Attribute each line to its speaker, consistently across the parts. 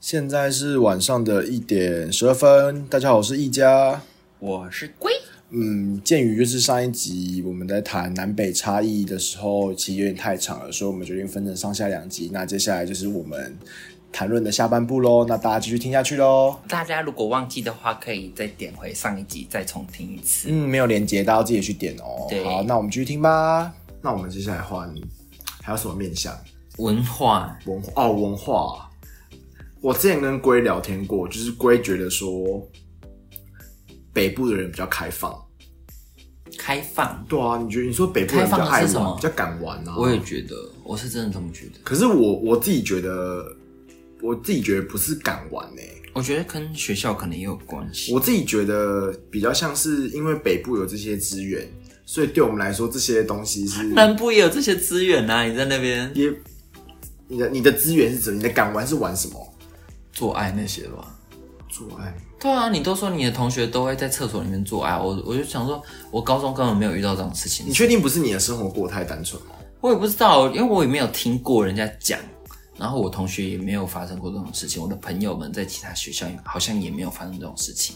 Speaker 1: 现在是晚上的一点十二分，大家好，我是一家。
Speaker 2: 我是龟，
Speaker 1: 嗯，鉴于就是上一集我们在谈南北差异的时候，其实有点太长了，所以我们决定分成上下两集。那接下来就是我们谈论的下半部喽，那大家继续听下去喽。
Speaker 2: 大家如果忘记的话，可以再点回上一集再重听一次。
Speaker 1: 嗯，没有连接，大家自己去点哦。
Speaker 2: 对
Speaker 1: 好，那我们继续听吧。那我们接下来换还有什么面向？
Speaker 2: 文化
Speaker 1: 文化哦，文化。我之前跟龟聊天过，就是龟觉得说北部的人比较开放。
Speaker 2: 开放，
Speaker 1: 对啊，你觉得你说北部人比较
Speaker 2: 开放
Speaker 1: 爱
Speaker 2: 的是什
Speaker 1: 玩，
Speaker 2: 么
Speaker 1: 比较敢玩啊？
Speaker 2: 我也觉得，我是真的这么觉得。
Speaker 1: 可是我我自己觉得，我自己觉得不是敢玩呢、
Speaker 2: 我觉得跟学校可能也有关系。
Speaker 1: 我自己觉得比较像是因为北部有这些资源，所以对我们来说这些东西是
Speaker 2: 南部也有这些资源啊，你在那边
Speaker 1: 也你的你的资源是什么？你的敢玩是玩什么？
Speaker 2: 做爱那些吧？
Speaker 1: 做爱。
Speaker 2: 对啊，你都说你的同学都会在厕所里面做爱，我我就想说，我高中根本没有遇到这种事情
Speaker 1: 你，确定不是你的生活过得太单纯吗？
Speaker 2: 我也不知道，因为我也没有听过人家讲，然后我同学也没有发生过这种事情，我的朋友们在其他学校也好像也没有发生这种事情。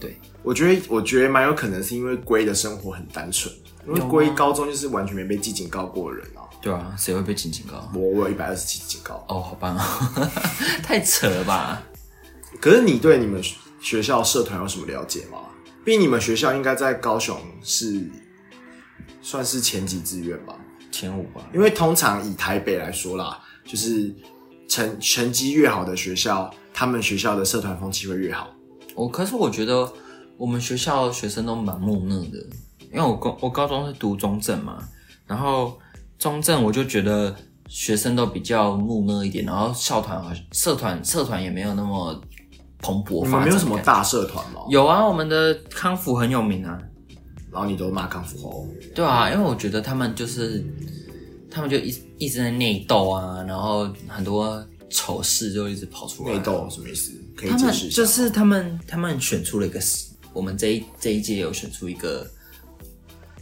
Speaker 2: 对，
Speaker 1: 我觉得我觉得蛮有可能是因为龟的生活很单纯，因为
Speaker 2: 有吗
Speaker 1: 龟高中就是完全没被记警告过的人啊。
Speaker 2: 对啊，谁会被警警告？
Speaker 1: 我我有一百二十七警告。
Speaker 2: 哦，好棒哦， 太扯了吧？
Speaker 1: 可是你对你们学校社团有什么了解吗？毕竟你们学校应该在高雄是算是前几志愿吧，
Speaker 2: 前五吧，
Speaker 1: 因为通常以台北来说啦，就是成成绩越好的学校，他们学校的社团风气会越好。
Speaker 2: 我可是我觉得我们学校学生都蛮木讷的，因为我高我高中是读中正嘛，然后中正我就觉得学生都比较木讷一点，然后校团好像社团社团也没有那么蓬勃
Speaker 1: 你
Speaker 2: 发展，
Speaker 1: 们没有什么。大社团吗？
Speaker 2: 有啊，我们的康复很有名啊。
Speaker 1: 然后你都骂康复后，
Speaker 2: 对啊，因为我觉得他们就是，他们就一一直在内斗啊，然后很多丑事就一直跑出来。
Speaker 1: 内斗什么意思？可以
Speaker 2: 他
Speaker 1: 解
Speaker 2: 们
Speaker 1: 释一下
Speaker 2: 就
Speaker 1: 吗。
Speaker 2: 是他们，他们选出了一个社，我们这一这一届有选出一个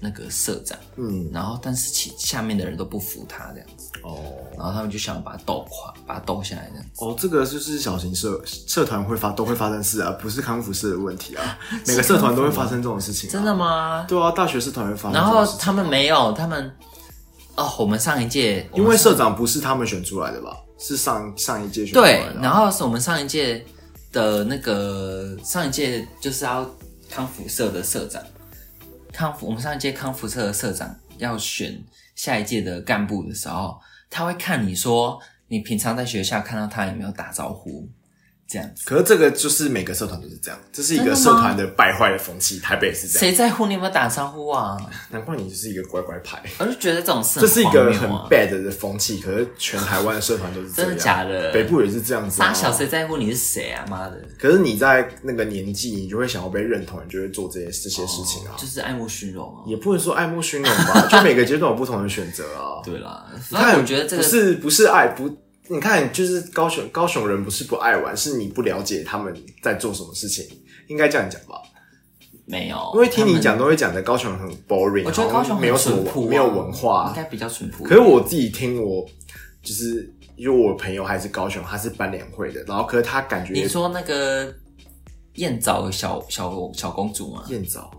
Speaker 2: 那个社长，
Speaker 1: 嗯
Speaker 2: 然后但是其下面的人都不服他这样子，
Speaker 1: 哦
Speaker 2: 然后他们就想把他斗垮，把他斗下来这样子。
Speaker 1: 哦，这个就是小型社社团会发都会发生事啊，不是康复社的问题 啊，每个社团都会发生这种事情、
Speaker 2: 真的？吗？
Speaker 1: 对啊，大学社团会发生这
Speaker 2: 然
Speaker 1: 种事情。
Speaker 2: 后他们没有，他们哦，我们上一届
Speaker 1: 因
Speaker 2: 我
Speaker 1: 为
Speaker 2: 们上
Speaker 1: 社长不是他们选出来的吧？是上上一届选出来
Speaker 2: 对
Speaker 1: 的啊、，
Speaker 2: 然后是我们上一届的那个上一届就是要康复社的社长，康复我们上一届康复社的社长要选下一届的干部的时候，他会看你说你平常在学校看到他有没有打招呼，这样子。
Speaker 1: 可是这个就是每个社团都是这样，这是一
Speaker 2: 真
Speaker 1: 个
Speaker 2: 的吗
Speaker 1: 社团的败坏的风气。台北也是这样，
Speaker 2: 谁在乎你有没有打招呼啊？
Speaker 1: 难怪你就是一个乖乖牌，
Speaker 2: 我就觉得这种事
Speaker 1: 这是一
Speaker 2: 很
Speaker 1: 个
Speaker 2: 荒
Speaker 1: 很
Speaker 2: 谬啊！
Speaker 1: bad 的风气。可是全台湾的社团都是这样，
Speaker 2: 真的假的
Speaker 1: 北部也是这样子、啊。
Speaker 2: 傻小谁在乎你是谁啊？妈的！
Speaker 1: 可是你在那个年纪，你就会想要被认同，你就会做这些这些事情啊。
Speaker 2: 就是爱慕虚荣啊。
Speaker 1: 也不能说爱慕虚荣吧， 就每个阶段有不同的选择啊。
Speaker 2: 对啦，
Speaker 1: 你
Speaker 2: 反
Speaker 1: 看
Speaker 2: 正我觉得这个
Speaker 1: 不是不是爱不，你看就是高雄高雄人不是不爱玩，是你不了解他们在做什么事情，应该这样讲吧？
Speaker 2: 没有，
Speaker 1: 因为听
Speaker 2: 他
Speaker 1: 你
Speaker 2: 们
Speaker 1: 讲都会讲的高雄人很 boring，
Speaker 2: 哦我觉得
Speaker 1: 好
Speaker 2: 高
Speaker 1: 像
Speaker 2: 雄
Speaker 1: 没有
Speaker 2: 很
Speaker 1: 什么
Speaker 2: 淳
Speaker 1: 文
Speaker 2: 朴、啊，
Speaker 1: 没有文化
Speaker 2: 应。该比较淳朴。
Speaker 1: 可是我自己听我就是因为我朋友还是高雄，他是班联会的，然后可是他感觉
Speaker 2: 你说那个燕枣小小小公主吗？
Speaker 1: 燕枣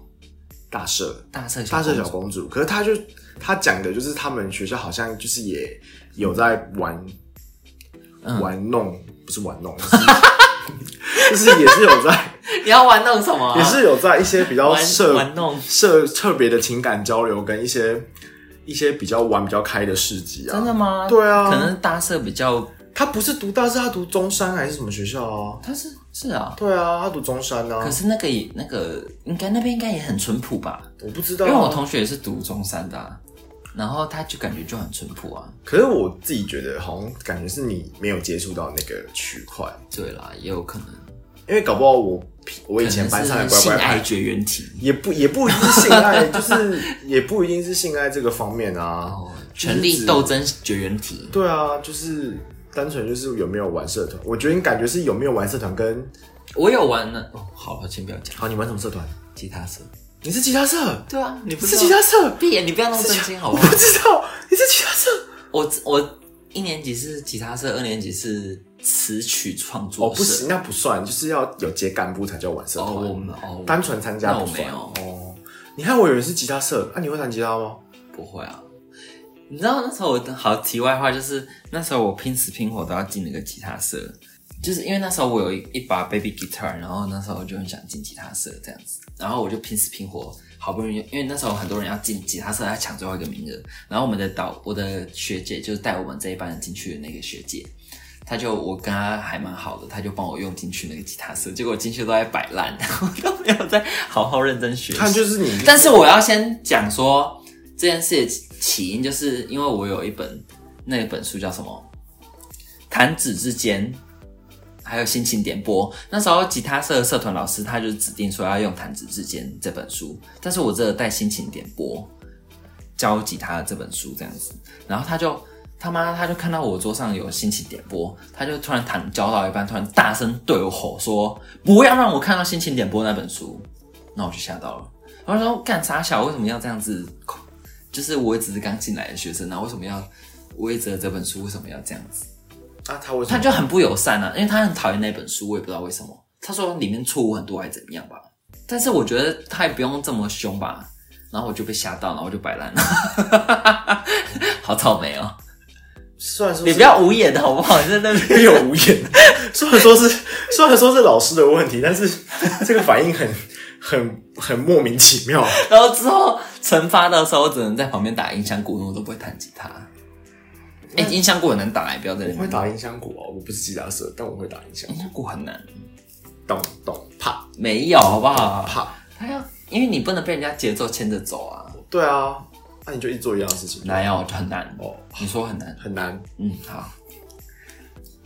Speaker 1: 大社
Speaker 2: 大社
Speaker 1: 大社小
Speaker 2: 公主，
Speaker 1: 公主，可是他就他讲的就是他们学校好像就是也有在玩
Speaker 2: 嗯
Speaker 1: 玩弄，不是 玩弄，就是就是也是有在，
Speaker 2: 你要玩弄什么啊、
Speaker 1: 也是有在一些比较
Speaker 2: 玩
Speaker 1: 社
Speaker 2: 玩弄
Speaker 1: 社特别的情感交流，跟一些一些比较玩比较开的事迹啊。
Speaker 2: 真的吗？
Speaker 1: 对啊
Speaker 2: 可能大社比较，
Speaker 1: 他不是读大是他读中山还是什么学校啊？
Speaker 2: 他是是啊，
Speaker 1: 对啊，他读中山啊
Speaker 2: 可。是那个也那个应该那边应该也很淳朴吧？
Speaker 1: 我不知道
Speaker 2: 因
Speaker 1: 啊、
Speaker 2: 为我同学也是读中山的啊、然后他就感觉就很淳朴啊。
Speaker 1: 可是我自己觉得好像感觉是你没有接触到那个区块，
Speaker 2: 对啦，也有可能，
Speaker 1: 因为搞不好我我以前
Speaker 2: 可
Speaker 1: 班上的
Speaker 2: 能是
Speaker 1: 乖
Speaker 2: 性
Speaker 1: 乖
Speaker 2: 爱
Speaker 1: 牌
Speaker 2: 绝缘体
Speaker 1: 也不也不一定是性 爱，就是也不一定是性爱这个方面啊。
Speaker 2: 哦，权力斗争绝缘体。
Speaker 1: 对啊，就是单纯就是有没有玩社团。我觉得你感觉是有没有玩社团跟
Speaker 2: 我有玩呢。哦，好了，先不要讲
Speaker 1: 好，你玩什么社团？
Speaker 2: 吉他社。
Speaker 1: 你是吉他社，
Speaker 2: 对啊，你不
Speaker 1: 你是吉他社，
Speaker 2: 闭眼，你不要弄正经好
Speaker 1: 我
Speaker 2: 不好
Speaker 1: 不？知道你是吉他社。
Speaker 2: 我我一年级是吉他社，二年级是词曲创
Speaker 1: 哦，
Speaker 2: 作
Speaker 1: 不行，
Speaker 2: 社。
Speaker 1: 那不算，就是要有接干部才叫玩社
Speaker 2: 哦，我
Speaker 1: 团，
Speaker 2: 们哦，
Speaker 1: 单纯参加
Speaker 2: 那
Speaker 1: 不
Speaker 2: 我没
Speaker 1: 算。
Speaker 2: 有，
Speaker 1: 哦，你看我以为是吉他社，啊，你会弹吉他吗？
Speaker 2: 不会啊。你知道那时候我好题外话，就是那时候我拼死拼活都要进那个吉他社，就是因为那时候我有一一把 baby guitar，然后那时候我就很想进吉他社这样子，然后我就拼死拼活，好不容易，因为那时候很多人要进吉他社，要抢最后一个名额，然后我们的导我的学姐就是带我们这一班人进去的那个学姐，她就我跟她还蛮好的，她就帮我用进去那个吉他社，结果进去都在摆烂，然后都没有在好好认真学习。
Speaker 1: 看就是你，
Speaker 2: 但是我要先讲说这件事的起因，就是因为我有一本那本书叫什么《弹指之间》，还有心情点播。那时候吉他社的社团老师他就指定说要用《弹指之间》这本书，但是我这个带心情点播教吉他的这本书这样子，然后他就。他妈，他就看到我桌上有心情点播，他就突然弹教到一半，突然大声对我吼说：“不要让我看到心情点播那本书。”那我就吓到了。然后说干傻小，为什么要这样子？就是我也只是刚进来的学生，然后为什么要我也只有这本书，为什么要这样子？
Speaker 1: 啊，他为什
Speaker 2: 他
Speaker 1: 么？
Speaker 2: 就很不友善啊，因为他很讨厌那本书，我也不知道为什么。他说里面错误很多，还怎么样吧？但是我觉得他也不用这么凶吧。然后我就被吓到，然后我就摆烂了， 好草莓哦！
Speaker 1: 虽然说
Speaker 2: 你
Speaker 1: 是
Speaker 2: 不要无眼的好不好？你在那 边
Speaker 1: 有无言，虽然说是虽然说是老师的问题，但 是这个反应很很很莫名其妙。
Speaker 2: 然后之后惩罚的时候，我只能在旁边打音箱鼓，因为我都不会弹吉他。哎、音箱鼓很难打、哎不要在那
Speaker 1: 我会
Speaker 2: 边。
Speaker 1: 打音箱鼓哦，我不是吉他社，但我会打音箱
Speaker 2: 音，箱鼓很难，
Speaker 1: 咚咚啪
Speaker 2: 没有好不好？
Speaker 1: 啪。
Speaker 2: 他要，因为你不能被人家节奏牵着走啊。
Speaker 1: 对啊，那你就一直做一样的事情，
Speaker 2: 难哦，很难
Speaker 1: 哦
Speaker 2: 哦。你说很难，
Speaker 1: 很难。
Speaker 2: 嗯，好，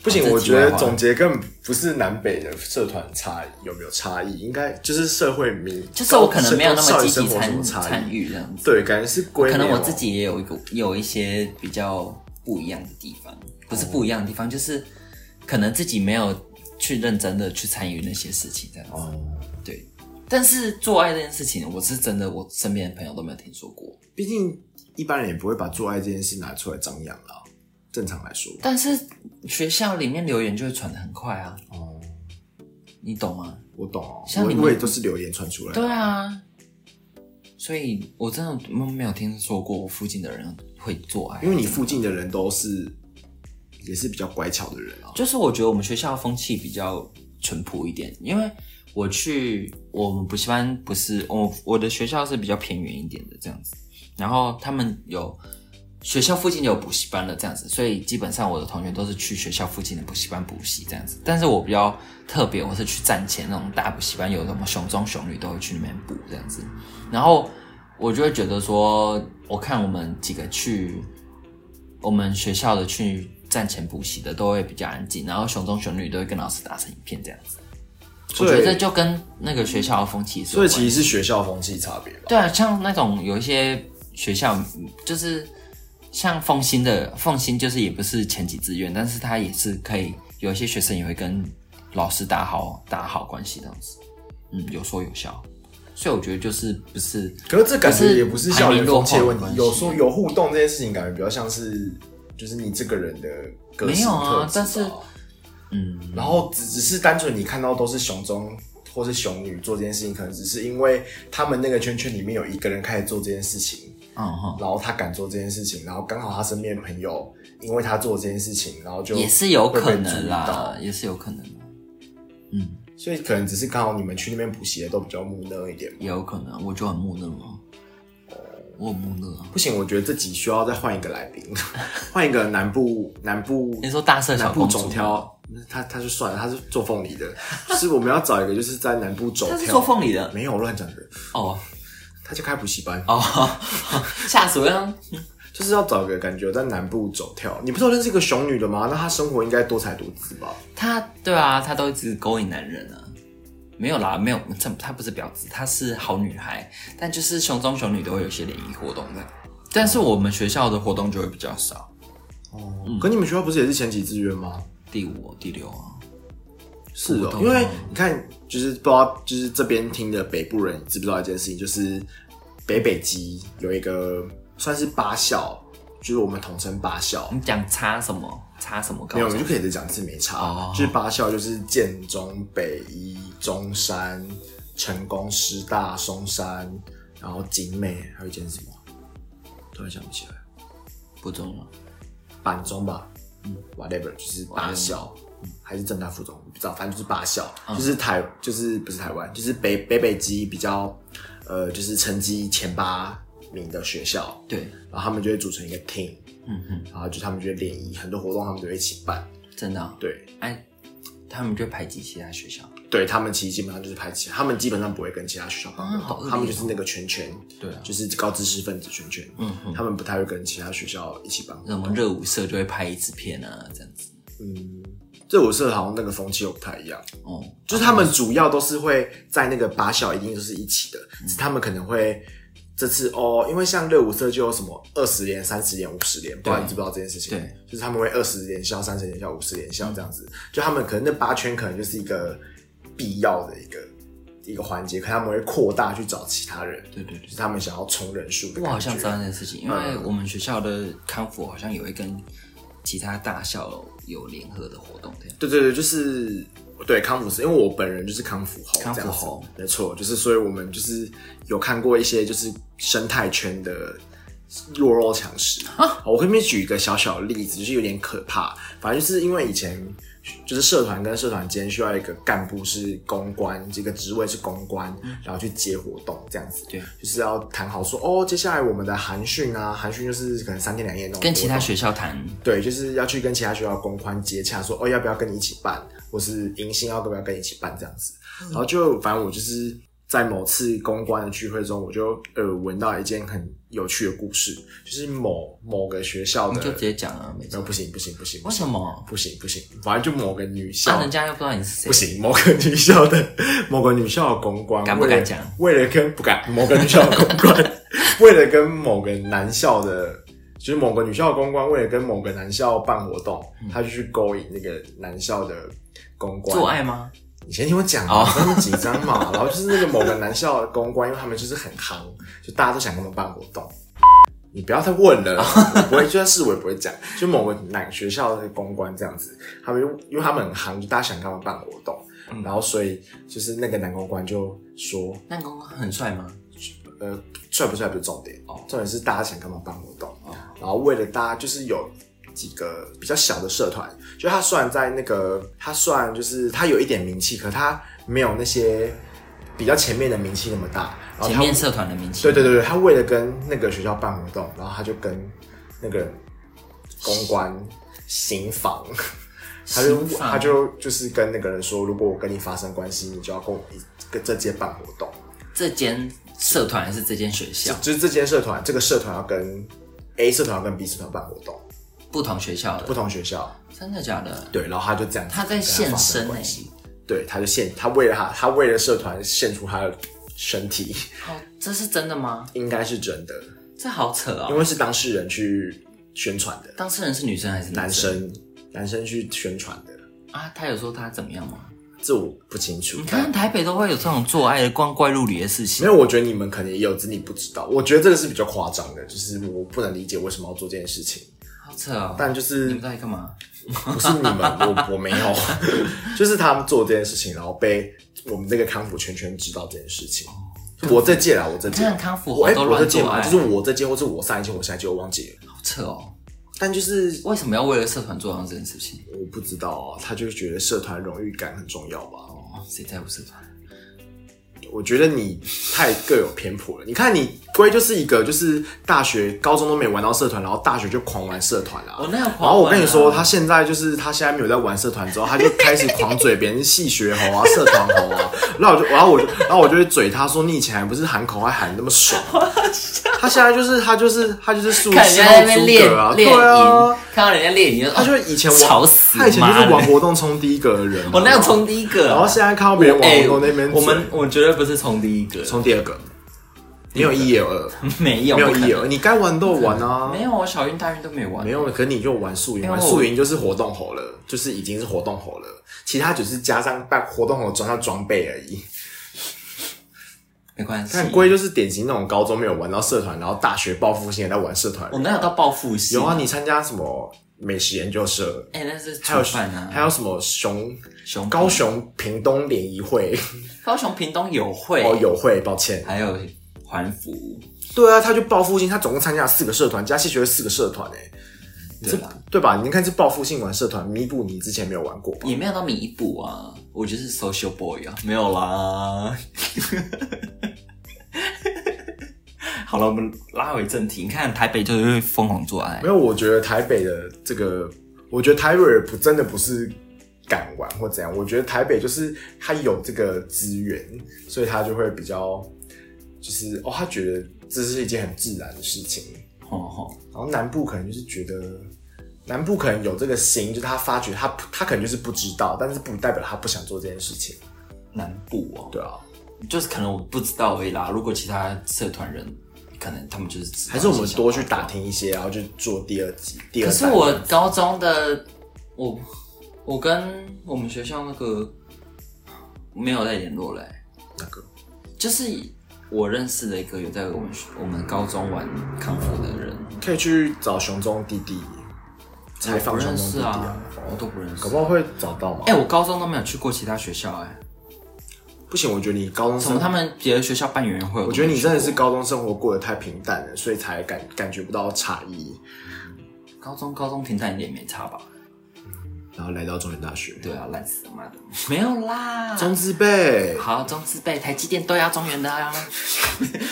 Speaker 1: 不行，
Speaker 2: 好这
Speaker 1: 我
Speaker 2: 题
Speaker 1: 觉
Speaker 2: 外
Speaker 1: 得
Speaker 2: 话
Speaker 1: 总结根本不是南北的社团差异有没有差异，应该就是社会民，
Speaker 2: 就是我可能没有那
Speaker 1: 高
Speaker 2: 么积极
Speaker 1: 少女生活有什
Speaker 2: 参
Speaker 1: 么差
Speaker 2: 参
Speaker 1: 异。
Speaker 2: 与这样子，
Speaker 1: 对，感觉是归
Speaker 2: 可能
Speaker 1: 类
Speaker 2: 我
Speaker 1: 哦
Speaker 2: 自己也有一个有一些比较不一样的地方，不是不一样的地方，就是可能自己没有去认真的去参与那些事情这样子。
Speaker 1: 哦，
Speaker 2: 对，但是做爱这件事情，我是真的，我身边的朋友都没有听说过。
Speaker 1: 毕竟一般人也不会把做爱这件事拿出来张扬啦。正常来说，
Speaker 2: 但是学校里面留言就会传的很快啊，
Speaker 1: 哦，
Speaker 2: 你懂吗？
Speaker 1: 我懂哦，
Speaker 2: 像你
Speaker 1: 我
Speaker 2: 们
Speaker 1: 我也都是留言传出来的。
Speaker 2: 对啊，所以我真的没没有听说过我附近的人会做爱，啊
Speaker 1: 因为你附近的人都是也是比较乖巧的人啊。
Speaker 2: 就是我觉得我们学校风气比较淳朴一点，因为我去我们补习班不是我我的学校是比较偏远一点的这样子，然后他们有学校附近有补习班的这样子，所以基本上我的同学都是去学校附近的补习班补习这样子，但是我比较特别，我是去站前那种大补习班，有什么熊中熊女都会去那边补这样子，然后我就会觉得说，我看我们几个去我们学校的去站前补习的都会比较安静，然后熊中熊女都会跟老师打成一片这样子。我
Speaker 1: 所以嗯
Speaker 2: 觉得这就跟那个学校的风气是有
Speaker 1: 所以
Speaker 2: 关，
Speaker 1: 其实是学校风气差别吧。
Speaker 2: 对啊，像那种有一些学校嗯就是像凤新的凤新，就是也不是前几志愿，但是他也是可以有一些学生也会跟老师打好打好关系这样子，嗯，有说有笑，所以我觉得就是不是
Speaker 1: 可是这感觉也不是校园风气的问题
Speaker 2: 可，是排名落
Speaker 1: 有说
Speaker 2: 后的关系
Speaker 1: 有互动这件事情，感觉比较像是就是你这个人的个性
Speaker 2: 没有啊
Speaker 1: 特质
Speaker 2: 但是嗯。
Speaker 1: 然后只只是单纯你看到都是熊中或是熊女做这件事情，可能只是因为他们那个圈圈里面有一个人开始做这件事情，
Speaker 2: 嗯哼，
Speaker 1: 然后他敢做这件事情，然后刚好他身边的朋友因为他做这件事情，然后就
Speaker 2: 也是有可
Speaker 1: 会被注
Speaker 2: 能
Speaker 1: 意到
Speaker 2: 啦，也是有可能的，嗯，
Speaker 1: 所以可能只是刚好你们去那边补习的都比较木讷一点嘛。
Speaker 2: 也有可能，我就很木讷哦，我很木讷啊。
Speaker 1: 不行，我觉得这集需要再换一个来宾， 换一个南部南部
Speaker 2: 你说大社小
Speaker 1: 南部
Speaker 2: 公主
Speaker 1: 总挑，他他就算了，他是做凤梨的， 就是我们要找一个就是在南部走
Speaker 2: 他是
Speaker 1: 跳
Speaker 2: 做，凤梨的
Speaker 1: 没有乱讲的，
Speaker 2: 哦
Speaker 1: 他就开补习班，
Speaker 2: 哦， 吓死我了！
Speaker 1: 就是要找一个感觉在南部走跳。你不是有认识一个熊女的吗？那她生活应该多彩多姿吧？
Speaker 2: 他对啊，他都一直勾引男人啊，没有啦，没有，这他不是婊子，她是好女孩，但就是熊中熊女都会有一些联谊活动的，但是我们学校的活动就会比较少，
Speaker 1: 哦，
Speaker 2: 嗯
Speaker 1: 可你们学校不是也是前几志愿吗？
Speaker 2: 第五、第六啊，
Speaker 1: 是
Speaker 2: 不
Speaker 1: 哦，
Speaker 2: 懂
Speaker 1: 因为
Speaker 2: 哦
Speaker 1: 你看，就是不知道，就是这边听的北部人知不知道一件事情，就是北北基有一个算是八校就是我们统称八校。
Speaker 2: 你讲差什么？差什嗯么高
Speaker 1: 没有，我
Speaker 2: 中？
Speaker 1: 们就可以再讲一次没差。
Speaker 2: 哦
Speaker 1: 就是八校就是建中、北一、中山、成功、师大、松山，然后景美，还有一间是什么？突然想不起来。
Speaker 2: 不重要。
Speaker 1: 板中吧，嗯，whatever，就是八校，还是正大附中，不知道，反正就是八校，
Speaker 2: 嗯
Speaker 1: 就是台，就是不是台湾，就是北北北基比较，呃，就是成绩前八名的学校，
Speaker 2: 对，
Speaker 1: 然后他们就会组成一个 team，
Speaker 2: 嗯哼，
Speaker 1: 然后就他们就会联谊，很多活动他们都会一起办，
Speaker 2: 真的、哦。
Speaker 1: 对，
Speaker 2: 哎，他们就排挤其他学校。
Speaker 1: 对他们其实基本上就是排挤，他们基本上不会跟其他学校绑
Speaker 2: 啊
Speaker 1: 得
Speaker 2: 好恶
Speaker 1: 到，
Speaker 2: 劣哦
Speaker 1: 他们就是那个圈圈，
Speaker 2: 对啊
Speaker 1: 就是高知识分子圈圈，
Speaker 2: 嗯哼，
Speaker 1: 他们不太会跟其他学校一起办活
Speaker 2: 什
Speaker 1: 动
Speaker 2: 么，热舞社就会拍一支片啊，这样子。
Speaker 1: 嗯，这我社好像那个风气又不太一样。
Speaker 2: 哦，
Speaker 1: 就是他们主要都是会在那个把小一定都是一起的，只是他们可能会这次哦，因为像热舞社就有什么二十连、三十连、五十连，不知道你知不知道这件事情？
Speaker 2: 对，
Speaker 1: 就是他们会二十连校、三十连校、五十连校这样子，就他们可能那八圈可能就是一个必要的一个一个环节，可他们会扩大去找其他人，
Speaker 2: 对对对
Speaker 1: 就。是他们想要冲人数的感觉。
Speaker 2: 我好像知道这件事情，因为
Speaker 1: 嗯
Speaker 2: 我们学校的康复好像也会跟其他大校有联合的活动，这样。
Speaker 1: 对对对，就是对康复师，因为我本人就是康复猴，
Speaker 2: 康
Speaker 1: 这样
Speaker 2: 复
Speaker 1: 子
Speaker 2: 猴，
Speaker 1: 没错，就是所以我们就是有看过一些就是生态圈的弱肉强食。
Speaker 2: 啊
Speaker 1: 我跟你们举一个小小的例子，就是有点可怕，反正就是因为以前。就是社团跟社团间需要一个干部是公关，这个职位是公关，然后去接活动这样子，
Speaker 2: 嗯对，
Speaker 1: 就是要谈好说哦，接下来我们的寒训啊，寒训就是可能三天两夜那种活动，
Speaker 2: 跟其他学校谈，
Speaker 1: 对，就是要去跟其他学校公关接洽，说哦要不要跟你一起办，或是迎新要不要跟你一起办这样子。然后就反正我就是在某次公关的聚会中，我就耳闻到一件很有趣的故事，就是某某个学校
Speaker 2: 你
Speaker 1: 的，
Speaker 2: 就直接讲啊，没
Speaker 1: 没有
Speaker 2: 错。
Speaker 1: 不行不行不行，不
Speaker 2: 为
Speaker 1: 行
Speaker 2: 什么？
Speaker 1: 不行不行，反正就某个女校
Speaker 2: 啊，人家又不知道你是谁。
Speaker 1: 不，行，某个女校的 某个女校的公关，
Speaker 2: 敢不敢讲
Speaker 1: 为了为了跟不敢，某个女校的公关， 为了跟某个男校的，就是某个女校的公关，为了跟某个男校办活动，他就去勾引那个男校的公关
Speaker 2: 嗯做爱。吗？
Speaker 1: 你先听我讲
Speaker 2: 哦
Speaker 1: 嘛，他们紧张嘛， 然后就是那个某个男校的公关，因为他们就是很夯，就大家都想跟他们办活动。你不要再问了，我不会，就算是我也不会讲。就某个哪个学校的公关这样子，他们就因为他们很夯，就大家想跟他们办活动，然后所以就是那个男公关就说，
Speaker 2: 那公公很帅吗？
Speaker 1: 呃，帅不帅不是重点，
Speaker 2: 哦
Speaker 1: 重点是大家想干嘛办活动。
Speaker 2: 哦
Speaker 1: 然后为了大家，就是有几个比较小的社团，就他虽然在那个，他虽然就是他有一点名气，可他没有那些比较前面的名气那么大。然哦后他
Speaker 2: 前面社团的名气。
Speaker 1: 对对对对，他为了跟那个学校办活动，然后他就跟那个公关行房，他就
Speaker 2: 行房
Speaker 1: 他就就是跟那个人说，如果我跟你发生关系，你就要跟我一跟这届办活动。
Speaker 2: 这间社团还是这间学校？
Speaker 1: 就是这间社团，这个社团要跟 A 社团要跟 B 社团办活动，
Speaker 2: 不同学校
Speaker 1: 不
Speaker 2: 的，
Speaker 1: 同学校。
Speaker 2: 真的假的？
Speaker 1: 对，然后他就这样子
Speaker 2: 他在
Speaker 1: 跟发
Speaker 2: 现
Speaker 1: 生
Speaker 2: 身哎、
Speaker 1: 关系对，他就献，他为了他，他为了社团献出他的身体，
Speaker 2: 好，哦这是真的吗？
Speaker 1: 应该是真的，
Speaker 2: 这好扯
Speaker 1: 因
Speaker 2: 哦。
Speaker 1: 为是当事人去宣传的，
Speaker 2: 当事人是女生还是
Speaker 1: 男
Speaker 2: 生
Speaker 1: 生男生去宣传的，
Speaker 2: 啊？他有说他怎么样吗？
Speaker 1: 这我不清楚。
Speaker 2: 你
Speaker 1: 但
Speaker 2: 看台北都会有这种做爱的光怪陆离的事情
Speaker 1: 没。有，我觉得你们可能也有，只是你不知道。我觉得这个是比较夸张的，就是我不能理解为什么要做这件事情。
Speaker 2: 好扯哦！
Speaker 1: 但就是
Speaker 2: 你们到底干嘛？
Speaker 1: 不是你们，我我没有， 就是他们做这件事情，然后被我们这个康复圈圈知道这件事情。我这届啦，我这届
Speaker 2: 你看康复
Speaker 1: 我哎、
Speaker 2: 都
Speaker 1: 我
Speaker 2: 乱
Speaker 1: 这届
Speaker 2: 做啊
Speaker 1: 嘛，
Speaker 2: 爱
Speaker 1: 就是我这届，或是我上一届，我下一届，我忘记了。
Speaker 2: 好扯哦！
Speaker 1: 但就是
Speaker 2: 为什么要为了社团做这件事情？
Speaker 1: 我不知道啊，他就觉得社团荣誉感很重要吧？
Speaker 2: 哦，谁在乎社团？
Speaker 1: 我觉得你太各有偏颇了。你看你龟就是一个，就是大学、高中都没玩到社团，然后大学就狂玩社团啦。
Speaker 2: 我那有狂玩啊
Speaker 1: 然后我跟你说，他现在就是他现在没有在玩社团之后，他就开始狂嘴别人戏学猴啊、社团猴 啊。然后我就，然后我就，然后我就会嘴他说，你以前还不是喊口号喊得那么 爽。他现在就是他就是他就是术
Speaker 2: 看人
Speaker 1: 事
Speaker 2: 家在那
Speaker 1: 后
Speaker 2: 边
Speaker 1: 诸
Speaker 2: 练
Speaker 1: 葛啊，
Speaker 2: 练
Speaker 1: 对
Speaker 2: 营
Speaker 1: 啊。，
Speaker 2: 看到人家练营，
Speaker 1: 他就以前玩
Speaker 2: 吵死
Speaker 1: 他以前就
Speaker 2: 妈
Speaker 1: 是
Speaker 2: 的
Speaker 1: 玩活动冲第一个的人啊、
Speaker 2: 我那有冲第一个啊，
Speaker 1: 然后现在看到别人往
Speaker 2: 哎
Speaker 1: 活动那边
Speaker 2: 我们
Speaker 1: 嘴
Speaker 2: 我绝对不是冲第一个，
Speaker 1: 冲第二个，你有一也有二。
Speaker 2: 没有
Speaker 1: 没有
Speaker 2: 不可能
Speaker 1: 意义，你该玩都有玩啊。
Speaker 2: 没有，我小运大运都没玩，
Speaker 1: 没有，可你就玩宿营，
Speaker 2: 因为
Speaker 1: 玩
Speaker 2: 我
Speaker 1: 宿营就是活动猴了，就是已经是活动猴了，其他只是加上办活动猴装上装备而已。
Speaker 2: 没关系。
Speaker 1: 但龟就是典型那种高中没有玩到社团，然后大学报复性也在玩社团。
Speaker 2: 我哪有到报复性？
Speaker 1: 有啊，你参加什么美食研究社？
Speaker 2: 哎、那是
Speaker 1: 还有
Speaker 2: 煮饭啊，
Speaker 1: 还有什么熊
Speaker 2: 熊
Speaker 1: 高雄屏东联谊会
Speaker 2: 高雄屏东友会
Speaker 1: 哦友会，抱歉。
Speaker 2: 还有环福，
Speaker 1: 对啊，他就报复性，他总共参加了四个社团，加戏学会四个社团哎、
Speaker 2: 对啊啦，
Speaker 1: 对吧？你看是报复性玩社团，弥补你之前没有玩过吧？
Speaker 2: 也没有到弥补啊，我就是 social boy 啊，没有啦。 好了，我们拉回正题。你看台北就是疯狂做爱
Speaker 1: 没，有，我觉得台北的这个，我觉得台北人不真的不是敢玩或怎样，我觉得台北就是他有这个资源，所以他就会比较就是哦，他觉得这是一件很自然的事情。
Speaker 2: 吼吼，
Speaker 1: 然后南部可能就是觉得。南部可能有这个心，就是他发觉他他可能就是不知道，但是不代表他不想做这件事情。
Speaker 2: 南部哦，
Speaker 1: 对啊，
Speaker 2: 就是可能我不知道而已啦。如果其他社团人，可能他们就是知道
Speaker 1: 还是我们多去
Speaker 2: 一些想
Speaker 1: 打
Speaker 2: 法。
Speaker 1: 听一些，然后就做第二集、第
Speaker 2: 可
Speaker 1: 二
Speaker 2: 是
Speaker 1: 弹
Speaker 2: 我高中的我，我跟我们学校那个没有再联络了欸、
Speaker 1: 那个
Speaker 2: 就是我认识的一个有在我们我们高中玩康复的人，
Speaker 1: 可以去找熊中弟弟采
Speaker 2: 我
Speaker 1: 访
Speaker 2: 不
Speaker 1: 熊
Speaker 2: 认
Speaker 1: 中弟
Speaker 2: 识
Speaker 1: 弟
Speaker 2: 啊
Speaker 1: 啊，，
Speaker 2: 我都不认识
Speaker 1: 搞。不好会找到嘛。
Speaker 2: 哎、我高中都没有去过其他学校、哎，
Speaker 1: 不行，我觉得你高中
Speaker 2: 什么
Speaker 1: 生，
Speaker 2: 他们别的学校办圆圆会，
Speaker 1: 啊我
Speaker 2: 我
Speaker 1: 觉得你真的是
Speaker 2: 都没去
Speaker 1: 高中生活过得太平淡了，所以才感感觉不到差异，
Speaker 2: 过高中高中停在你也没差吧？
Speaker 1: 然后来到中原大学，
Speaker 2: 对啊，烂死了妈的，没有啦。
Speaker 1: 中资辈。
Speaker 2: 好，中资辈，台积电都要中原的啊，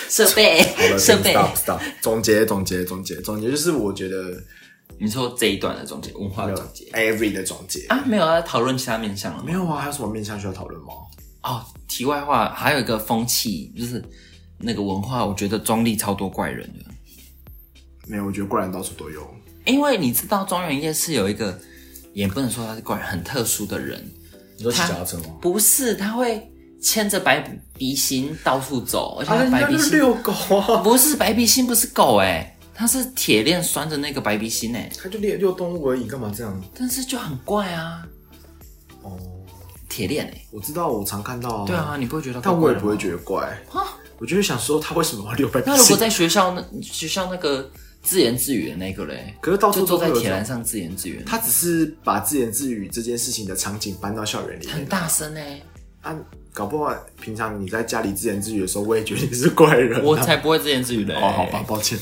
Speaker 2: 设备
Speaker 1: 好了
Speaker 2: 设备。
Speaker 1: ，stop stop，总结总结总结总结，就是我觉得
Speaker 2: 你说这一段的总结，文化
Speaker 1: 没有
Speaker 2: 总结
Speaker 1: every 的总结，
Speaker 2: 啊，没有要讨论其他面向了吗
Speaker 1: 没？有啊，还有什么面向需要讨论吗？
Speaker 2: 哦，题外话，还有一个风气，就是那个文化，我觉得中立超多怪人的。
Speaker 1: 没有，我觉得灌篮到处都有。
Speaker 2: 因为你知道中原夜市有一个，也不能说他是怪人，很特殊的人，
Speaker 1: 你说
Speaker 2: 骑脚踏
Speaker 1: 车吗？
Speaker 2: 不是他会牵着白鼻心到处走，而且
Speaker 1: 啊，
Speaker 2: 他
Speaker 1: 人
Speaker 2: 白
Speaker 1: 家
Speaker 2: 鼻
Speaker 1: 就是
Speaker 2: 心、
Speaker 1: 遛狗啊，
Speaker 2: 不是白鼻心，不是狗哎、他是铁链拴着那个白鼻心哎、
Speaker 1: 他就遛遛动物而已，干嘛这样？
Speaker 2: 但是就很怪啊，
Speaker 1: 哦，
Speaker 2: 铁链哎，
Speaker 1: 我知道，我常看到。
Speaker 2: 对啊，，你不会觉得？
Speaker 1: 哦但我也不会觉得怪
Speaker 2: 啊。
Speaker 1: 我就是想说，他为什么要六百？
Speaker 2: 那如果在学校那学校那个自言自语的那个嘞，
Speaker 1: 可是到
Speaker 2: 就
Speaker 1: 处
Speaker 2: 坐
Speaker 1: 都会
Speaker 2: 在
Speaker 1: 有
Speaker 2: 铁
Speaker 1: 这
Speaker 2: 栏
Speaker 1: 种，
Speaker 2: 上自言自语，
Speaker 1: 他只是把自言自语这件事情的场景搬到校园里
Speaker 2: 很
Speaker 1: 面。
Speaker 2: 大声哎、
Speaker 1: 啊，搞不好平常你在家里自言自语的时候，我也觉得你是怪人啊。
Speaker 2: 我才不会自言自语嘞、
Speaker 1: 哦，好吧，，抱歉。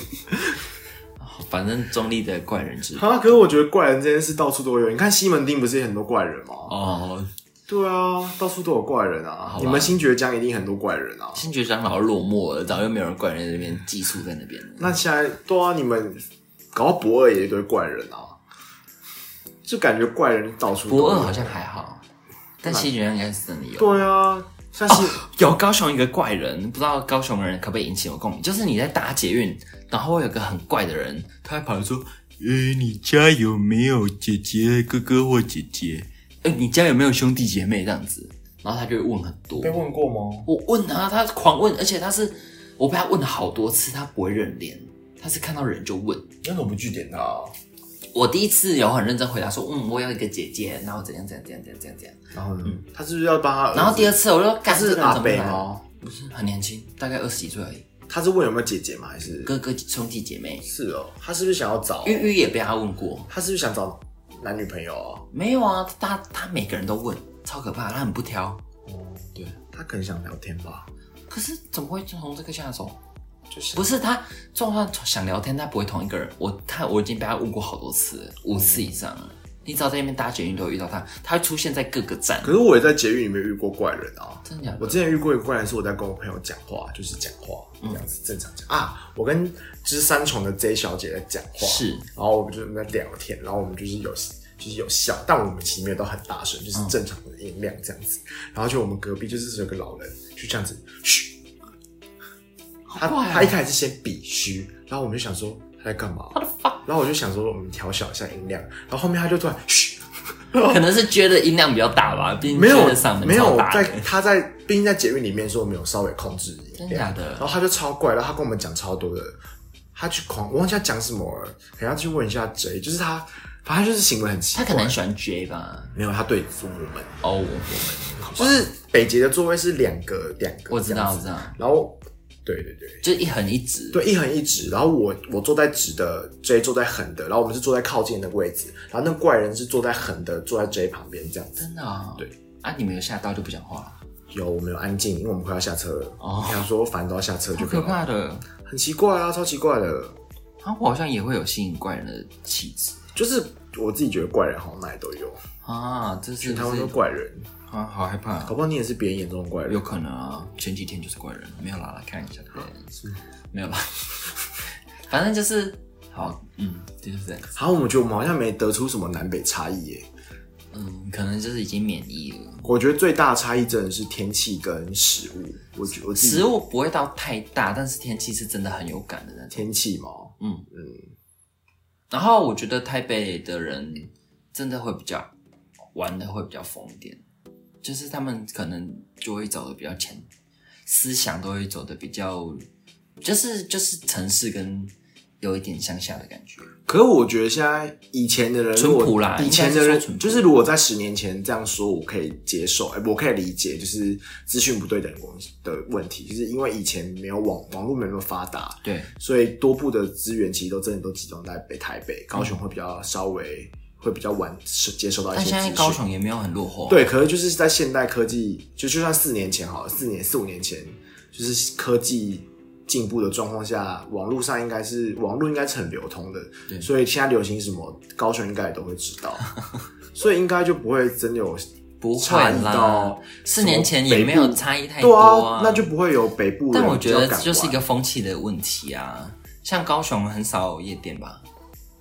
Speaker 2: 反正中立的怪人之一
Speaker 1: 啊，可是我觉得怪人这件事到处都有。你看西门町不是也很多怪人吗？
Speaker 2: 哦，
Speaker 1: 对啊，到处都有怪人啊
Speaker 2: 吧。
Speaker 1: 你们新爵江一定很多怪人啊。
Speaker 2: 新觉长老落寞了，早就没有人怪人在那边寄宿在那边了。
Speaker 1: 那现在对啊，你们搞到博二也一堆怪人啊，就感觉怪人到处都有。
Speaker 2: 博二好像还好，但新觉长应该是真的有。
Speaker 1: 对啊，像是、
Speaker 2: 有高雄一个怪人，不知道高雄人可不可以引起我共鸣？就是你在搭捷运，然后会有个很怪的人，他会跑来说：“呃，你家有没有姐姐、哥哥或姐姐？呃，你家有没有兄弟姐妹？”这样子，然后他就会问很多。
Speaker 1: 问过吗？
Speaker 2: 我问他，他狂问，而且他是我被他问了好多次，他不会认脸，他是看到人就问。
Speaker 1: 你怎么不据点他、啊
Speaker 2: 我第一次有很认真回答说，嗯，我有一个姐姐，然后怎样怎样怎样怎样怎样怎样。
Speaker 1: 然后呢？嗯他是不是要帮他儿子？
Speaker 2: 然后第二次我就
Speaker 1: 他
Speaker 2: 干这
Speaker 1: 是
Speaker 2: 个人
Speaker 1: 阿
Speaker 2: 怎么
Speaker 1: 北
Speaker 2: 来？
Speaker 1: 吗？
Speaker 2: 不是很年轻，大概二十几岁而已，
Speaker 1: 他是问有没有姐姐吗？还是
Speaker 2: 哥哥兄弟姐妹。
Speaker 1: 是哦？他是不是想要找？
Speaker 2: 玉玉也被他问过，
Speaker 1: 他是不是想找男女朋友啊？
Speaker 2: 没有啊，他他每个人都问，超可怕，他很不挑。哦对，
Speaker 1: 他可能想聊天吧，
Speaker 2: 可是怎么会从这个下手？
Speaker 1: 就是
Speaker 2: 不是他，就算想聊天，他不会同一个人。我他我已经被他问过好多次了，五次以上了。你只要在那边搭捷运都会遇到他，他会出现在各个站
Speaker 1: 可。是我也在捷运里面遇过怪人啊。
Speaker 2: 真的假
Speaker 1: 我
Speaker 2: 的？
Speaker 1: 之前遇过一个怪人，是我在跟我朋友讲话，就是讲话这样子正常讲啊。我跟就是三重的 J 小姐在讲话，
Speaker 2: 是
Speaker 1: 然后我们就是在聊天，然后我们就是有就是有笑，但我们其实没有到很大声，就是正常的音量这样子。然后就我们隔壁就是有个老人，就这样子嘘，他、
Speaker 2: 怪哦
Speaker 1: 他一开始是先比嘘，然后我们就想说他在干嘛，然后我就想说我们调小一下音量，然后后面他就突然嘘。
Speaker 2: 可能是觉得音量比较大吧，毕竟
Speaker 1: 没
Speaker 2: 觉
Speaker 1: 有
Speaker 2: 得嗓门
Speaker 1: 没
Speaker 2: 超
Speaker 1: 有
Speaker 2: 大的
Speaker 1: 在他在，毕竟在捷运里面说我们有稍微控制音
Speaker 2: 真的假
Speaker 1: 量，
Speaker 2: 的
Speaker 1: 然后他就超怪，然后他跟我们讲超多的，他去狂，我忘记他讲什么了，可能要去问一下 J，就是他反正他就是行为很奇
Speaker 2: 他
Speaker 1: 怪。
Speaker 2: 可能喜欢 J 吧？
Speaker 1: 没有，他对我们
Speaker 2: 哦，我我
Speaker 1: 就是北捷的座位是两个两个，
Speaker 2: 我知道，我知。道，
Speaker 1: 然后，对对对。
Speaker 2: 就一横一直。
Speaker 1: 对，一横一直，然后我我坐在直的，J 坐在横的，然后我们是坐在靠近的位置，然后那怪人是坐在横的，坐在 J 旁边这样子。
Speaker 2: 真的啊、
Speaker 1: 对
Speaker 2: 啊，你们有吓到就不讲话了，
Speaker 1: 有，我们有安静，因为我们快要下车了。
Speaker 2: 哦
Speaker 1: 想说反正都要下车就
Speaker 2: 好可
Speaker 1: 以了
Speaker 2: 怕的。
Speaker 1: 很奇怪啊，超奇怪的，
Speaker 2: 啊，我好像也会有吸引怪人的气质
Speaker 1: 就是我自己觉得怪人好像哪里都有，
Speaker 2: 啊，这是
Speaker 1: 他们
Speaker 2: 是
Speaker 1: 都怪人，
Speaker 2: 啊，好害怕
Speaker 1: 搞，不好你也是别人眼中的怪人
Speaker 2: 有。可能啊。前几天就是怪人，没有啦，来看一下，对没有啦，啊 反正就是好，嗯，就是这样，
Speaker 1: 好，我们觉得我们好像没得出什么南北差异耶。
Speaker 2: 嗯，可能就是已经免疫了。
Speaker 1: 我觉得最大的差异真的是天气跟食物，我觉我自己
Speaker 2: 食物不会到太大，但是天气是真的很有感的那种。
Speaker 1: 天气嘛，
Speaker 2: 嗯
Speaker 1: 嗯，
Speaker 2: 然后我觉得台北的人真的会比较玩的会比较疯一点，就是他们可能就会走的比较前，思想都会走的比较，就是就是城市跟有一点乡下的感觉。
Speaker 1: 可是我觉得现在以前的人，
Speaker 2: 淳朴
Speaker 1: 如果
Speaker 2: 啦
Speaker 1: 以前的
Speaker 2: 应该
Speaker 1: 人
Speaker 2: 是说淳朴
Speaker 1: 就是如果在十年前这样说，我可以接受，哎、我可以理解，就是资讯不对等的东西的问题，就是因为以前没有网网络没有那么发达，
Speaker 2: 对，
Speaker 1: 所以多部的资源其实都真的都集中在北台北，高雄会比较稍微会比较晚接收到一
Speaker 2: 但
Speaker 1: 些
Speaker 2: 现
Speaker 1: 资
Speaker 2: 在
Speaker 1: 讯。
Speaker 2: 高雄也没有很落后、，啊
Speaker 1: 对，可是就是在现代科技，就就算四年前好了，四年四五年前，就是科技进步的状况下，网络上应该是网络应该是很流通的，
Speaker 2: 对
Speaker 1: 所以现在流行什么，高雄应该也都会知 道，所以应该就不会真的有
Speaker 2: 不会
Speaker 1: 差异
Speaker 2: 啦
Speaker 1: 到，
Speaker 2: 四年前也没有差异
Speaker 1: 对
Speaker 2: 太多
Speaker 1: 啊，那就不会有北部人
Speaker 2: 但我
Speaker 1: 比
Speaker 2: 觉
Speaker 1: 较
Speaker 2: 得
Speaker 1: 敢玩。
Speaker 2: 这就是一个风气的问题啊。像高雄很少有夜店吧，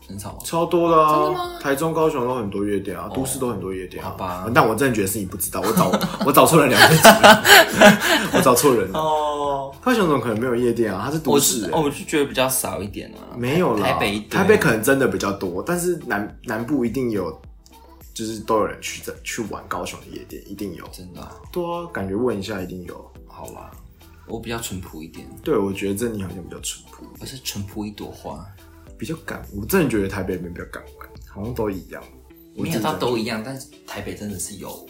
Speaker 2: 很少吧。
Speaker 1: 超多的
Speaker 2: 真的
Speaker 1: 啊
Speaker 2: 吗！
Speaker 1: 台中、高雄都很多夜店啊，都市都很多夜店啊。
Speaker 2: 哦好吧
Speaker 1: 但我真的觉得是你不知道，我找我找错人两个集了， 我找错人了。
Speaker 2: 哦，
Speaker 1: 高雄怎么可能没有夜店啊？它是都
Speaker 2: 我
Speaker 1: 市、
Speaker 2: 是
Speaker 1: 欸，
Speaker 2: 哦，我就觉得比较少一点啊，
Speaker 1: 没有啦。
Speaker 2: 台北一堆
Speaker 1: 台北可能真的比较多，但是南南部一定有，就是都有人去这去玩高雄的夜店，一定有。
Speaker 2: 真的啊、
Speaker 1: 多、啊、感觉问一下，一定有。
Speaker 2: 好啦，我比较淳朴一点，
Speaker 1: 对，我觉得这你好像比较淳朴，
Speaker 2: 我是淳朴一朵花，
Speaker 1: 比较敢。我真的觉得台北人比较敢玩，好像都一样。我
Speaker 2: 没
Speaker 1: 自
Speaker 2: 有
Speaker 1: 己
Speaker 2: 到
Speaker 1: 这样
Speaker 2: 都一样，但是台北真的是有，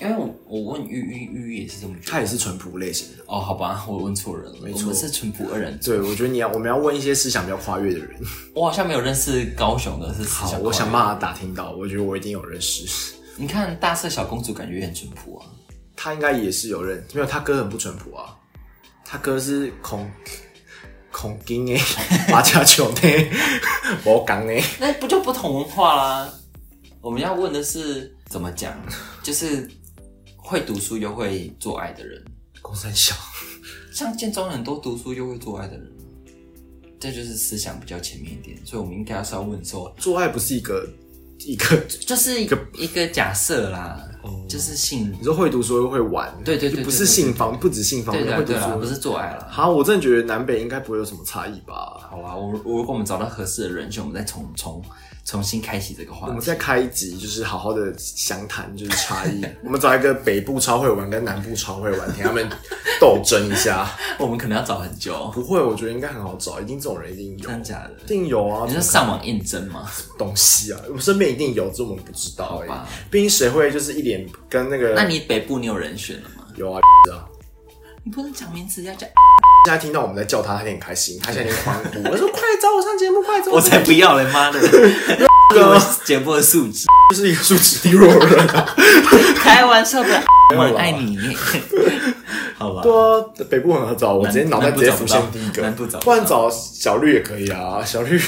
Speaker 2: 因为我我问玉玉玉玉也是这么觉得，
Speaker 1: 他也是淳朴类型的。
Speaker 2: 哦，好吧，我问错人了，
Speaker 1: 没
Speaker 2: 我
Speaker 1: 错
Speaker 2: 们是淳朴二人组，
Speaker 1: 对，我觉得你要我们要问一些思想比较跨越的人。
Speaker 2: 我好像没有认识高雄的是
Speaker 1: 好，
Speaker 2: 想
Speaker 1: 我想骂他打听到，我觉得我一定有认识。
Speaker 2: 你看大色小公主感觉也很淳朴啊，
Speaker 1: 他应该也是有认，没有他哥很不淳朴啊，他哥是孔孔金诶， 马甲球 呢，我讲呢，
Speaker 2: 那不就不同文化啦？我们要问的是怎么讲，就是会读书又会做爱的人。
Speaker 1: 公三小。
Speaker 2: 像建中很多读书又会做爱的人，这就是思想比较前面一点，所以我们应该要是要问说，
Speaker 1: 做爱不是一个一个，
Speaker 2: 就是一个一个假设啦，
Speaker 1: 哦
Speaker 2: 就是性
Speaker 1: 你，说会读书又会玩，
Speaker 2: 对对对
Speaker 1: 就不
Speaker 2: 对
Speaker 1: 是
Speaker 2: 对
Speaker 1: 性方，不止性方
Speaker 2: 对
Speaker 1: 面会
Speaker 2: 啦
Speaker 1: 读
Speaker 2: 对啦，不
Speaker 1: 书。
Speaker 2: 是做爱啦。
Speaker 1: 好，我真的觉得南北应该不会有什么差异吧。
Speaker 2: 好啊啦，我我如果我们找到合适的人选，我们再重重重新开启这个
Speaker 1: 我
Speaker 2: 话
Speaker 1: 们
Speaker 2: 题。
Speaker 1: 再开一集，就是好好的详谈，就是差 异。我们找一个北部超会玩跟南部超会玩，听他们斗争一下。
Speaker 2: 我们可能要找很久，
Speaker 1: 不会，我觉得应该很好找，一定这种人一定有，
Speaker 2: 真的假的
Speaker 1: 一？定有啊，
Speaker 2: 你
Speaker 1: 这
Speaker 2: 是
Speaker 1: 种
Speaker 2: 上网应征吗？
Speaker 1: 东西啊，我们身边一定有，这我们不知道
Speaker 2: 好
Speaker 1: 哎、
Speaker 2: 吧
Speaker 1: 毕竟谁会就是一脸跟那个
Speaker 2: 那你北部你有人选了吗？
Speaker 1: 有啊啊。
Speaker 2: 你不能讲名字，要讲。
Speaker 1: 现在听到我们在叫他，他也很开心，他现在已经欢 呼，我说快来找我上节目，快来找
Speaker 2: 我
Speaker 1: 上
Speaker 2: 才
Speaker 1: 节目
Speaker 2: 不要嘞，妈 的！给我节目的素质，
Speaker 1: 就是一个素质低落的人啊。
Speaker 2: 开玩笑的，我
Speaker 1: 有啦
Speaker 2: 们爱你。 好吧。
Speaker 1: 对啊，北部很好找，我直接脑袋直接浮现第一个，
Speaker 2: 南部找不到南部找不到
Speaker 1: 不然找小绿也可以啊，小绿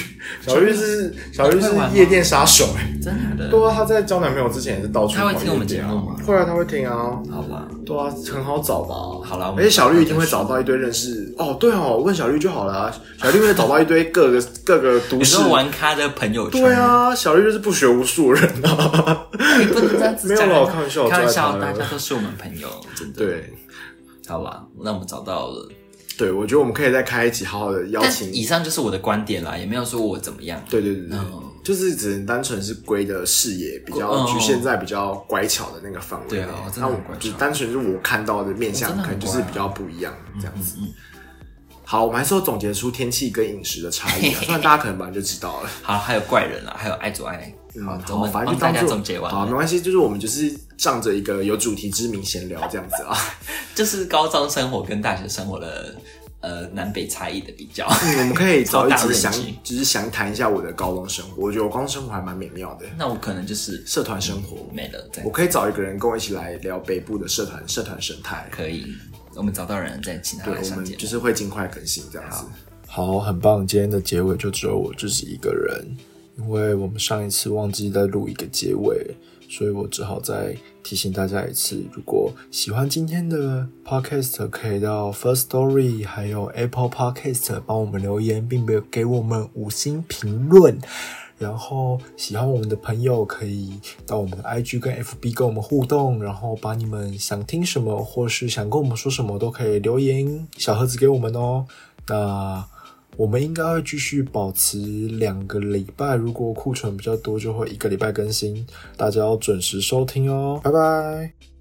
Speaker 1: 小绿是小绿是夜店杀手哎、
Speaker 2: 真的？
Speaker 1: 对啊，她在交男朋友之前也是到处
Speaker 2: 她会
Speaker 1: 跑
Speaker 2: 听我们
Speaker 1: 夜店啊
Speaker 2: 节目吗
Speaker 1: 会啊，她会听啊。
Speaker 2: 好吧，
Speaker 1: 对啊，很好找吧？
Speaker 2: 好啦我
Speaker 1: 而
Speaker 2: 们
Speaker 1: 且小绿一定会找到一堆认识哦。对哦，问小绿就好了啊。小绿会找到一堆各个 各个都
Speaker 2: 你
Speaker 1: 市。
Speaker 2: 说玩咖的朋友圈，
Speaker 1: 对，啊，小绿就是不学无术的人 啊。
Speaker 2: 你不能这样子
Speaker 1: 没有
Speaker 2: 讲。
Speaker 1: 啦我开玩笑我
Speaker 2: 开玩笑，
Speaker 1: 最爱他
Speaker 2: 大
Speaker 1: 了
Speaker 2: 家都是我们朋友，真的。，
Speaker 1: 对
Speaker 2: 好吧，那我们找到了。
Speaker 1: 对，我觉得我们可以再开一集，好好的邀
Speaker 2: 但
Speaker 1: 请。
Speaker 2: 以上就是我的观点啦，也没有说我怎么样。
Speaker 1: 对对对对，
Speaker 2: 嗯
Speaker 1: 就是只能单纯是龟的视野比较
Speaker 2: 嗯
Speaker 1: 局限在比较乖巧的那个范围内。
Speaker 2: 对啊我真的
Speaker 1: 那我
Speaker 2: 很乖巧
Speaker 1: 就单纯是我看到的面相
Speaker 2: 我真，的
Speaker 1: 可
Speaker 2: 很
Speaker 1: 能就
Speaker 2: 乖啊嗯
Speaker 1: 是比较不一样这样子。好，我们还是要总结出天气跟饮食的差 异、啊，虽然大家可能本来就知道了。
Speaker 2: 好，还有怪人啊，还有爱左爱。
Speaker 1: 嗯，
Speaker 2: 我
Speaker 1: 好，
Speaker 2: 们
Speaker 1: 反正
Speaker 2: 帮
Speaker 1: 就
Speaker 2: 大
Speaker 1: 当
Speaker 2: 家
Speaker 1: 做
Speaker 2: 总结完
Speaker 1: 好，没
Speaker 2: 了，
Speaker 1: 关系，就是我们就是仗着一个有主题之名闲聊这样子啊。
Speaker 2: 就是高中生活跟大学生活的呃南北差异的比较。
Speaker 1: 嗯，我们可以找一
Speaker 2: 超大
Speaker 1: 集详
Speaker 2: 面积，
Speaker 1: 就是详谈一下我的高中生活。我觉得我高中生活还蛮美妙的，
Speaker 2: 那我可能就是
Speaker 1: 社团生活。
Speaker 2: 没了，再
Speaker 1: 我可以找一个人跟我一起来聊北部的社团社团生态。
Speaker 2: 可以，我们找到人再请他
Speaker 1: 对，
Speaker 2: 来
Speaker 1: 我
Speaker 2: 上
Speaker 1: 们
Speaker 2: 节目。
Speaker 1: 就是会尽快更新这样子
Speaker 2: 好。
Speaker 3: 好，很棒！今天的结尾就只有我自己一个人，因为我们上一次忘记再录一个结尾，所以我只好再提醒大家一次：如果喜欢今天的 podcast，可以到 First Story 还有 Apple Podcast 帮我们留言，并给给我们五星评论。然后喜欢我们的朋友可以到我们的 IG 跟 FB 跟我们互动，然后把你们想听什么或是想跟我们说什么都可以留言小盒子给我们哦。那我们应该会继续保持两个礼拜，如果库存比较多，就会一个礼拜更新，大家要准时收听哦，拜拜。